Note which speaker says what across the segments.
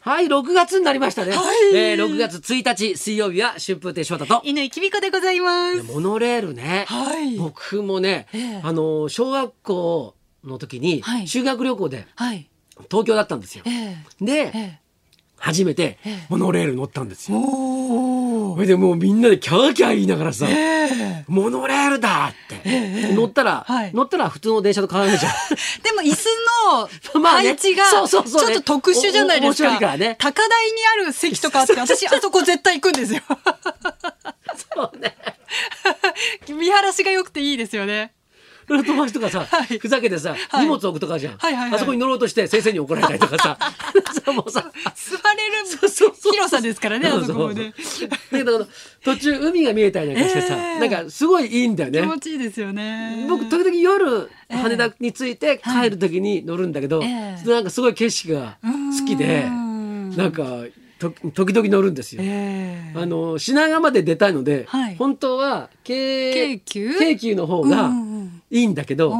Speaker 1: はい、6月になりましたね。
Speaker 2: はい
Speaker 1: えー、6月1日、水曜日は春風亭昇太と。
Speaker 2: 犬井きびこでございます。
Speaker 1: モノレールね。
Speaker 2: はい
Speaker 1: 僕もね、
Speaker 2: ええ
Speaker 1: あの、小学校の時に
Speaker 2: は、い
Speaker 1: 修学旅行で
Speaker 2: はい。
Speaker 1: 東京だったんですよ
Speaker 2: え。え
Speaker 1: で、
Speaker 2: え
Speaker 1: 初めて
Speaker 2: ええ
Speaker 1: モノレール乗ったんです
Speaker 2: え
Speaker 1: よ。
Speaker 2: お
Speaker 1: そ。れでもうみんなでキャーキャー言いながらさ、
Speaker 2: ええ
Speaker 1: モノレールだって。乗ったら
Speaker 2: は、い
Speaker 1: 乗ったら普通の電車と変わら ないじゃん。
Speaker 2: でも椅子の
Speaker 1: まあね
Speaker 2: 配置がち
Speaker 1: そ
Speaker 2: ょ
Speaker 1: うそうそうね
Speaker 2: っと特殊じゃないです
Speaker 1: おお面白
Speaker 2: か。
Speaker 1: いからね
Speaker 2: 高台にある席とかあって、私あそこ絶対行くんですよ。
Speaker 1: そうね。
Speaker 2: 見晴らしが良くていいですよね。
Speaker 1: それで友達とかさ、
Speaker 2: はい
Speaker 1: ふざけてさ、
Speaker 2: はい
Speaker 1: 荷物置くとかじゃん、
Speaker 2: はいはいはい
Speaker 1: あそこに乗ろうとして先生に怒られたりとか さ そうもうさ
Speaker 2: 座れる
Speaker 1: そう そう
Speaker 2: 広さですからね、あそこもね。
Speaker 1: そうそうだけど途中海が見えたりなんかしてさ、
Speaker 2: ええ
Speaker 1: なんかすごいいいんだよ
Speaker 2: 気
Speaker 1: ね
Speaker 2: 持ちいいですよね。
Speaker 1: 僕時々夜
Speaker 2: ええ
Speaker 1: 羽田に着いて帰る時に乗るんだけど、
Speaker 2: ええ
Speaker 1: なんかすごい景色が好きで
Speaker 2: うーん
Speaker 1: なんかと時々乗るんですよ、
Speaker 2: ええ
Speaker 1: あの品川まで出たいので、
Speaker 2: はい
Speaker 1: 本当は京
Speaker 2: 京急
Speaker 1: 京急の方が
Speaker 2: うんうん
Speaker 1: いいんだけど、
Speaker 2: お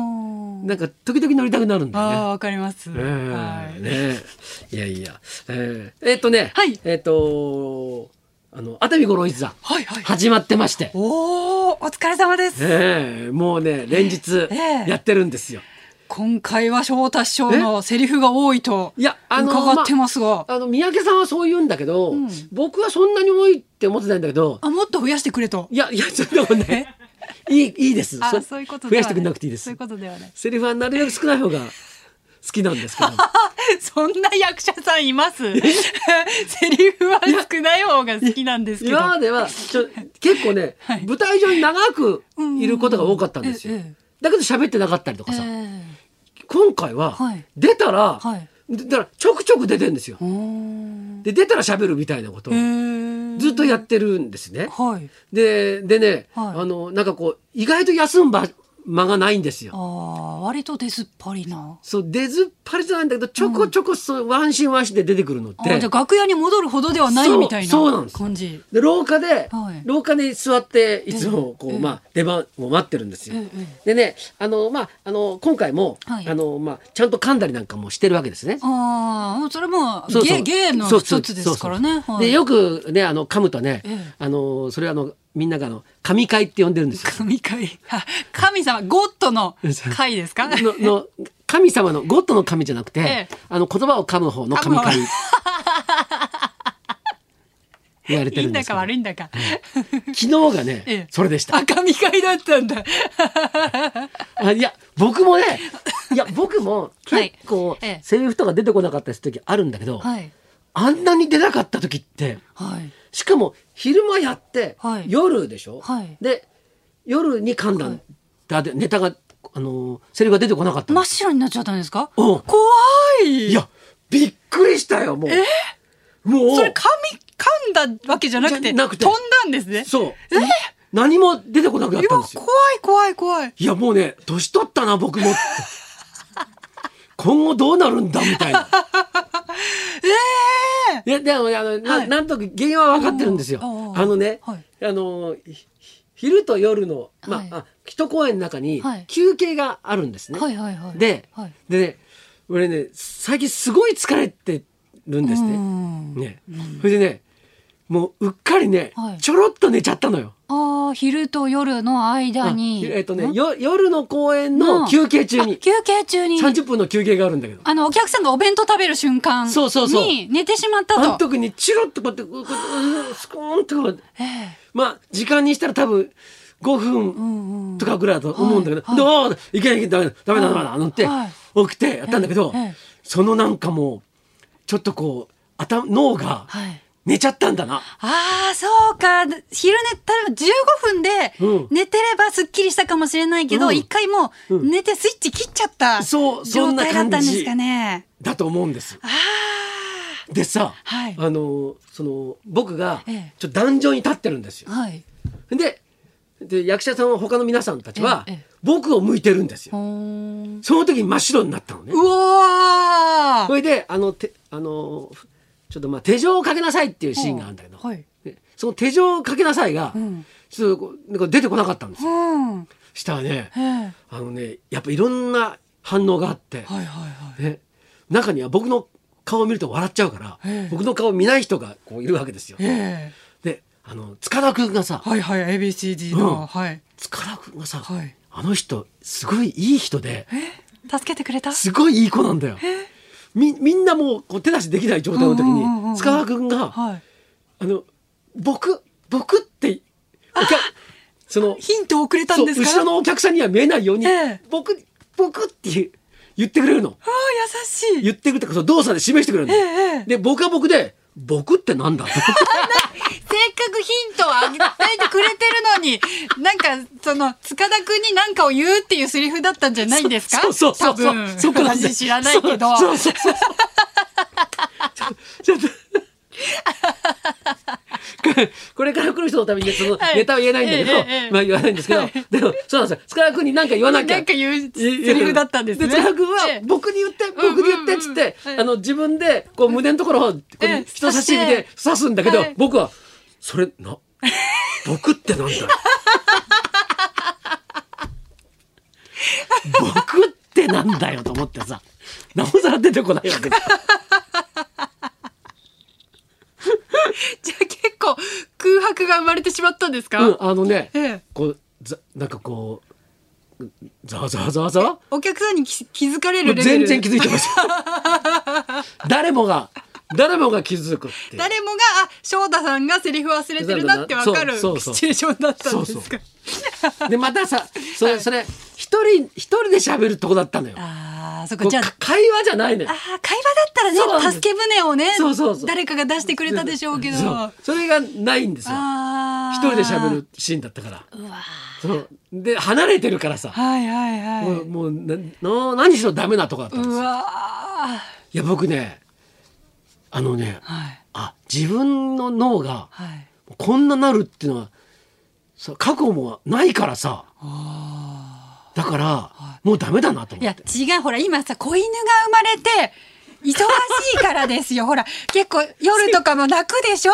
Speaker 2: ー
Speaker 1: なんか時々乗りたくなるんだ
Speaker 2: あ
Speaker 1: よね
Speaker 2: あ、わかります。
Speaker 1: ええ
Speaker 2: はい。
Speaker 1: ねえいやいや、えー、えっとね、
Speaker 2: はい
Speaker 1: えっとあの熱海五郎一座
Speaker 2: はいはい。
Speaker 1: 始まってまして、
Speaker 2: おお、お疲れ様です。
Speaker 1: ええもうね連日
Speaker 2: ええ
Speaker 1: やってるんですよ。
Speaker 2: 今回は翔太師匠のセリフが多いと
Speaker 1: いやあの
Speaker 2: 伺ってますが、あ
Speaker 1: あの三宅さんはそう言うんだけど、
Speaker 2: ん
Speaker 1: 僕はそんなに多いって思ってないんだけど、
Speaker 2: もっと増やしてくれと
Speaker 1: いやいやちょっとね、いいいいです。
Speaker 2: あ
Speaker 1: そ
Speaker 2: そういうこと
Speaker 1: 増
Speaker 2: では
Speaker 1: やしてくれなくていいで
Speaker 2: そ
Speaker 1: す
Speaker 2: ういう。ことではない
Speaker 1: セリフはなるべく少ない方が好きなんですけど。
Speaker 2: そんな役者さんいます セリフは少ない方が好きなんですけど
Speaker 1: 今まではちょ結構ね、
Speaker 2: はい
Speaker 1: 舞台上に長くいることが多かったんですよ。
Speaker 2: うんうんええ
Speaker 1: だけど喋ってなかったりとかさ、
Speaker 2: ええ
Speaker 1: 今回は
Speaker 2: はい
Speaker 1: 出たら、
Speaker 2: はい
Speaker 1: でだからちょくちょく出てるんですよ
Speaker 2: う。ーん
Speaker 1: で出たら喋るみたいなことを
Speaker 2: ええ
Speaker 1: ずっとやってるんですね。
Speaker 2: はい
Speaker 1: ででね、
Speaker 2: はい
Speaker 1: あのなんかこう意外と休む場間がないんです
Speaker 2: あ
Speaker 1: よ。
Speaker 2: あ割と出ずっぱりな
Speaker 1: そう出ずっぱりじゃないんだけどちょこちょこそうワンシーンワンシーンで出てくるのっ
Speaker 2: あ
Speaker 1: て
Speaker 2: じゃあ楽屋に戻るほどではない
Speaker 1: そう
Speaker 2: みたい
Speaker 1: そうなんで
Speaker 2: な
Speaker 1: すよ
Speaker 2: 感じ
Speaker 1: で廊下で、
Speaker 2: はい
Speaker 1: 廊下に座っていつもこう、
Speaker 2: ええ
Speaker 1: まあ、出番を待ってるんですよ。
Speaker 2: え
Speaker 1: で
Speaker 2: え
Speaker 1: ねあの、まあ、あの今回も、
Speaker 2: はい
Speaker 1: あのまあ、ちゃんと噛んだりなんかもしてるわけですね。
Speaker 2: ああそれも
Speaker 1: そうそう
Speaker 2: 芸芸の一つですから
Speaker 1: そう
Speaker 2: ね
Speaker 1: そうそう
Speaker 2: はい
Speaker 1: でよくねあの噛むとね、
Speaker 2: ええ
Speaker 1: あのそれはあのみんながあの神会って呼んでるんですよ。
Speaker 2: 神会あ神様ゴッドの会です か
Speaker 1: のの神様のゴッドの神じゃなくて、
Speaker 2: ええ
Speaker 1: あの言葉を噛む方の神
Speaker 2: 噛
Speaker 1: 会
Speaker 2: む
Speaker 1: 言われて
Speaker 2: いい
Speaker 1: る
Speaker 2: ん
Speaker 1: んで
Speaker 2: だ
Speaker 1: すけ
Speaker 2: か
Speaker 1: ど
Speaker 2: 悪いんだか
Speaker 1: 昨日がね、
Speaker 2: ええ
Speaker 1: それでした。
Speaker 2: あ神会だったんだ
Speaker 1: あいや僕もねい や僕も
Speaker 2: はい
Speaker 1: 結構
Speaker 2: ええ
Speaker 1: セリフとか出てこなかったりする時あるんだけど、
Speaker 2: はい
Speaker 1: あんなに出なかった時って
Speaker 2: はい
Speaker 1: しかも昼間やって、
Speaker 2: はい
Speaker 1: 夜でしょ、
Speaker 2: はい
Speaker 1: で夜に噛んだんだでネタがあのーセリフが出てこなかったの
Speaker 2: 真っ白になっちゃったんですか
Speaker 1: うん
Speaker 2: 怖い
Speaker 1: いやびっくりしたよもう、もう
Speaker 2: それ神噛んだわけじゃなく
Speaker 1: じゃ
Speaker 2: て
Speaker 1: なくて
Speaker 2: 飛んだんですね
Speaker 1: そう何も出てこなくなった
Speaker 2: 今
Speaker 1: んですよ
Speaker 2: 怖い怖い怖い
Speaker 1: いやもうね年取ったな僕もって 今後どうなるんだみたい な。いやでもねあの、な
Speaker 2: はい
Speaker 1: なんとなく原因は分かってるんですよ。
Speaker 2: おうおうおう
Speaker 1: あのね、
Speaker 2: はい
Speaker 1: あのひ昼と夜のまあ,、
Speaker 2: はい
Speaker 1: あ一公園の中に
Speaker 2: はい
Speaker 1: 休憩があるんですね。
Speaker 2: はいはいはい
Speaker 1: で、
Speaker 2: はい
Speaker 1: でね俺ね最近すごい疲れてるんです
Speaker 2: う
Speaker 1: ね。
Speaker 2: ん
Speaker 1: ね、それでねもううっかりね、
Speaker 2: はい
Speaker 1: ちょろっと寝ちゃったのよ。
Speaker 2: ああ昼と夜の間に
Speaker 1: あえっと
Speaker 2: ん
Speaker 1: ねよ夜の公園の
Speaker 2: の
Speaker 1: 休憩中に
Speaker 2: あ休憩中に
Speaker 1: 30分の休憩があるんだけど。
Speaker 2: あのお客さんがお弁当食べる瞬間
Speaker 1: そうそうそう
Speaker 2: に寝てしまった
Speaker 1: あの
Speaker 2: と
Speaker 1: 時にチロッとこうやってこうこうやってうんスコーンとこう
Speaker 2: ええ
Speaker 1: まあ時間にしたら多分5
Speaker 2: ん
Speaker 1: 分とかぐらいだと思うんだけど、
Speaker 2: はい
Speaker 1: どういけないいけないダメだダメだダメだなんて、
Speaker 2: はい
Speaker 1: 起きてやったんだけど、
Speaker 2: ええええ
Speaker 1: そのなんかもうちょっとこう頭脳が
Speaker 2: はい
Speaker 1: 寝ちゃったんだな。
Speaker 2: ああ、そうか。昼寝、例えば15分
Speaker 1: うん
Speaker 2: で寝てればすっきりしたかもしれないけ
Speaker 1: う
Speaker 2: ど、
Speaker 1: ん
Speaker 2: 一、回もう寝てスイッチ切っちゃった
Speaker 1: そうそ
Speaker 2: 状
Speaker 1: んな
Speaker 2: 態だった
Speaker 1: 感
Speaker 2: ん
Speaker 1: じ
Speaker 2: ですかね。
Speaker 1: だと思うんです。
Speaker 2: あ
Speaker 1: でさ、
Speaker 2: はい
Speaker 1: あのその僕が
Speaker 2: ええ
Speaker 1: ちょっと壇上に立ってるんです
Speaker 2: あ、
Speaker 1: よ。
Speaker 2: はい。
Speaker 1: でで役者さんは他の皆さんたちは
Speaker 2: ええええ
Speaker 1: 僕を向いてるんです
Speaker 2: ほ
Speaker 1: よ。
Speaker 2: ーん
Speaker 1: その時に真っ白になったのね。
Speaker 2: うわ
Speaker 1: そ
Speaker 2: ー
Speaker 1: れであのてあのふちょっとまあ手錠をかけなさいっていうシーンがあるんだけど、
Speaker 2: はい。
Speaker 1: でその手錠をかけなさいが、
Speaker 2: ん
Speaker 1: ちょっとこうなんか出てこなかったんですよ。
Speaker 2: うん。え
Speaker 1: したらね
Speaker 2: え。はい
Speaker 1: あのねやっぱいろんな反応があって、
Speaker 2: はいはい。
Speaker 1: ね、中には僕の顔を見ると笑っちゃうから、
Speaker 2: ええ
Speaker 1: 僕の顔見ない人がこういるわけですよ。
Speaker 2: え
Speaker 1: であの塚田君がさ
Speaker 2: えはいはい ABCD の、
Speaker 1: うん
Speaker 2: はい
Speaker 1: 塚田君がさ、
Speaker 2: はい
Speaker 1: あの人すごいいい人で
Speaker 2: え助けてくれた
Speaker 1: すごいいい子なんだよ。みみんなもうこう手出しできない状態の時に、
Speaker 2: うんうんうんうん
Speaker 1: 塚田君が、
Speaker 2: はい
Speaker 1: あの僕僕ってお客その
Speaker 2: ヒントをくれたん
Speaker 1: そう
Speaker 2: ですか
Speaker 1: 後ろのお客さんには見えないように、
Speaker 2: ええ
Speaker 1: 僕僕って言う言ってくれるの
Speaker 2: ああ優しい
Speaker 1: 言ってくれたその動作で示してくれるの、
Speaker 2: ええええ
Speaker 1: で僕は僕で僕ってなんだ
Speaker 2: せっかくヒントをあげ与えてくれてるのに、なんか、その、塚田くんに何かを言うっていうセリフだったんじゃないんですか
Speaker 1: そうそうそう
Speaker 2: 多
Speaker 1: そう
Speaker 2: 分
Speaker 1: そうなんだよ
Speaker 2: 私知らないけど。
Speaker 1: そうそうそうそうちょちょっと これから来る人のためにねその
Speaker 2: はい
Speaker 1: ネタは言えないんだけど、
Speaker 2: ええええ
Speaker 1: まあ言わないんですけど、
Speaker 2: はい
Speaker 1: でもそうなんですよ塚田君に何か言わなきゃ
Speaker 2: なんか言うセリフだったんですね。
Speaker 1: 塚田君
Speaker 2: え
Speaker 1: は
Speaker 2: え
Speaker 1: 僕に言って、
Speaker 2: うんうん
Speaker 1: 僕に言ってっつって、
Speaker 2: うん
Speaker 1: あの自分でこう胸のところをこう
Speaker 2: ええ
Speaker 1: 人差し指で刺すんだけど、
Speaker 2: はい
Speaker 1: 僕はそれな僕ってなんだよ。僕ってなんだよと思ってさ、なおさら出てこないわけだ。
Speaker 2: じゃあ結構空白が生まれてしまったんですか、
Speaker 1: うん、あのね、
Speaker 2: ええ
Speaker 1: こうざなんかこうざわざわざわざわ。
Speaker 2: お客さんに気気づかれ
Speaker 1: も
Speaker 2: る
Speaker 1: う
Speaker 2: レベ
Speaker 1: 全
Speaker 2: ル。
Speaker 1: 然気づいてます。誰もが誰もが気づくっていう。
Speaker 2: 誰もが、あ、翔太さんがセリフ忘れてるなってわかるシチ
Speaker 1: そうそうそう
Speaker 2: ュエーションだったんですか
Speaker 1: そうそうでまたさそれそれ一人一人で喋るとこだったのよ。
Speaker 2: ああ、そ
Speaker 1: こ
Speaker 2: こ
Speaker 1: う
Speaker 2: じゃあ
Speaker 1: か会話じゃないのよ
Speaker 2: あ。ー会話だったらね
Speaker 1: そうなんです
Speaker 2: 助け舟をね
Speaker 1: そうそうそう
Speaker 2: 誰かが出してくれたでしょうけど
Speaker 1: そうそれがないんですよ。
Speaker 2: あー
Speaker 1: 一人で喋るシーンだったから。
Speaker 2: うわ
Speaker 1: そうで離れてるからさ。
Speaker 2: はいはいはい
Speaker 1: もうもうなな何しろダメなとこだったんです
Speaker 2: う
Speaker 1: よ。い
Speaker 2: わ
Speaker 1: や僕ねあのね
Speaker 2: ーはい
Speaker 1: あ自分の脳が
Speaker 2: はい
Speaker 1: こんななるっていうのはそう過去もないからさ。だからもうダメだなと
Speaker 2: い
Speaker 1: 思っ
Speaker 2: や
Speaker 1: て。
Speaker 2: 違うほら今さ子犬が生まれて忙しいからですよ ほら結構夜とかも泣くでしょ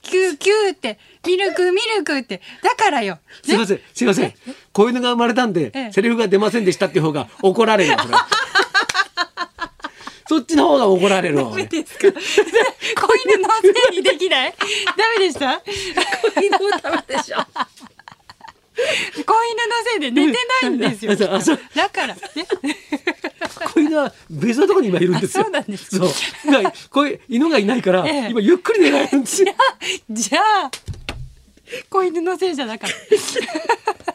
Speaker 2: キューキューってミルクミルクってだからよ
Speaker 1: すいません、すいません。子犬が生まれたん
Speaker 2: え
Speaker 1: で、
Speaker 2: え
Speaker 1: セリフが出ませんでしたっていう方が怒られるわ。そ れそっちの方が怒られるわ。
Speaker 2: ダ
Speaker 1: 俺
Speaker 2: メです か子犬のせいにでき ないダメでした子犬の
Speaker 1: で しょ。
Speaker 2: せいで寝てないんですよ
Speaker 1: あそうあそう
Speaker 2: だからね
Speaker 1: 子犬は別のところに今いるんですよ。
Speaker 2: あそうなんです
Speaker 1: そう。だからこういう犬がいないから、
Speaker 2: ええ
Speaker 1: 今ゆっくり寝られるんですよ。
Speaker 2: じゃあ子犬のせいじゃなかっ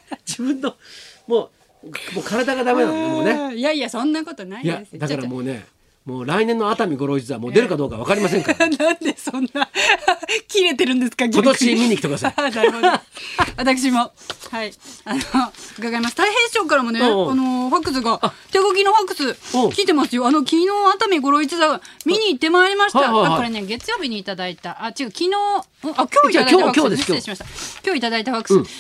Speaker 2: た
Speaker 1: 自分の、もう、もう体がダメなんだよ、もうね。
Speaker 2: いやいやそんなことない
Speaker 1: いや
Speaker 2: で、すよ
Speaker 1: だから
Speaker 2: ち
Speaker 1: もうね、もう来年の熱海五郎一座はもう出るかどうかわかりませんから。
Speaker 2: ょっと なんでそんな 切れてるんですか今
Speaker 1: 今年見に来てくだ さい
Speaker 2: なるほど私もはいあの伺います太平師匠からもねあ
Speaker 1: おうおう
Speaker 2: のファックスが手書きのファック
Speaker 1: おう
Speaker 2: ス来てますよあの昨日熱海五郎一座見に行ってまいりました
Speaker 1: はいはいはい
Speaker 2: あこれね月曜日にいただいたあ違う昨日あ今日いただい
Speaker 1: じゃあ
Speaker 2: た
Speaker 1: 今日
Speaker 2: ファックス
Speaker 1: 今日です
Speaker 2: 失礼しました今日いただいたファックス、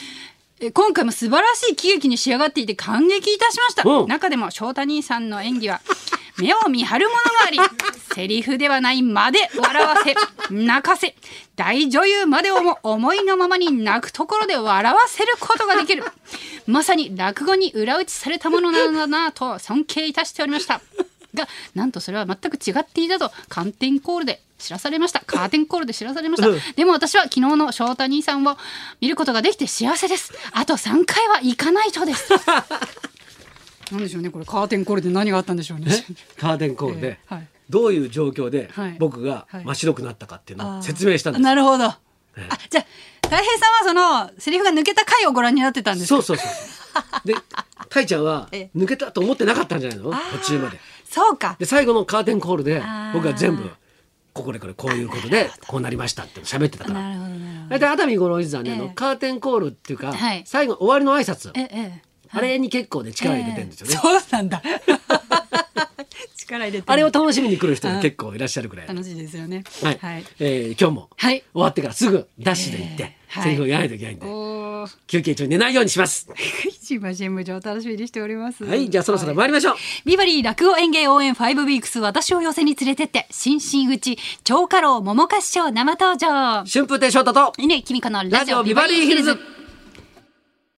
Speaker 2: え今回も素晴らしい喜劇に仕上がっていて感激いたしました、
Speaker 1: うん
Speaker 2: 中でも翔太兄さんの演技は目を見張るものがありセリフではないまで笑わせ泣かせ大女優までをも思いのままに泣くところで笑わせることができるまさに落語に裏打ちされたものなのだなと尊敬いたしておりましたがなんとそれは全く違っていたと寒天コールで知らされましたカーテンコールで知らされました、
Speaker 1: うん
Speaker 2: でも私は昨日の翔太兄さんを見ることができて幸せです。あと3回は行かないとです。なんでしょうね、これカーテンコールで何があったんでしょうね。
Speaker 1: ねカーテンコールで
Speaker 2: ええはい、
Speaker 1: どういう状況で
Speaker 2: はい
Speaker 1: 僕が
Speaker 2: はい
Speaker 1: 真っ白くなったかっていうのを説明したんですよ
Speaker 2: なるほど。あ
Speaker 1: え、
Speaker 2: じゃあ、大平さんはそのセリフが抜けた回をご覧になってたんです
Speaker 1: そ
Speaker 2: か。
Speaker 1: うそう そう。で、タイちゃんは
Speaker 2: ええ
Speaker 1: 抜けたと思ってなかったんじゃないの
Speaker 2: あー
Speaker 1: 途中まで。
Speaker 2: そうか。
Speaker 1: で、最後のカーテンコールで
Speaker 2: あー、
Speaker 1: 僕は全部、ここでこれこういうことで、こうなりましたって喋ってたから。
Speaker 2: なるほど、なるほど。
Speaker 1: 大体熱海五郎一座はね、あ
Speaker 2: ええ
Speaker 1: のカーテンコールっていうか、
Speaker 2: はい
Speaker 1: 最後終わりの挨拶、
Speaker 2: え、え。
Speaker 1: あれに結構ね力入れてるんですよね、
Speaker 2: ええそうなんだ。 力入れてる。
Speaker 1: あれを楽しみに来る人が結構いらっしゃるくらい、
Speaker 2: 楽しいですよね。
Speaker 1: はい
Speaker 2: はい。
Speaker 1: えー今日も、
Speaker 2: はい
Speaker 1: 終わってからすぐダッシュで行って、
Speaker 2: ええはい
Speaker 1: セリフを言わないといけないんで
Speaker 2: おー、
Speaker 1: 休憩中に寝ないようにします、
Speaker 2: 今 CM 上楽しみにしております。
Speaker 1: はいじゃあそろそろ参りましょう、
Speaker 2: ビバリー落語演芸応援5ウィークス私を寄せに連れてって、新進打ち、超過労桃花師匠生登場。
Speaker 1: 春風亭昇太と
Speaker 2: 犬井君子の
Speaker 1: ラ
Speaker 2: ラ
Speaker 1: ジ
Speaker 2: ジ
Speaker 1: オ
Speaker 2: オ
Speaker 1: ビ
Speaker 2: ビ
Speaker 1: バ
Speaker 2: バ
Speaker 1: リ
Speaker 2: リ
Speaker 1: ー
Speaker 2: ー
Speaker 1: ヒ
Speaker 2: ヒ
Speaker 1: ル
Speaker 2: ル
Speaker 1: ズ
Speaker 2: ズ。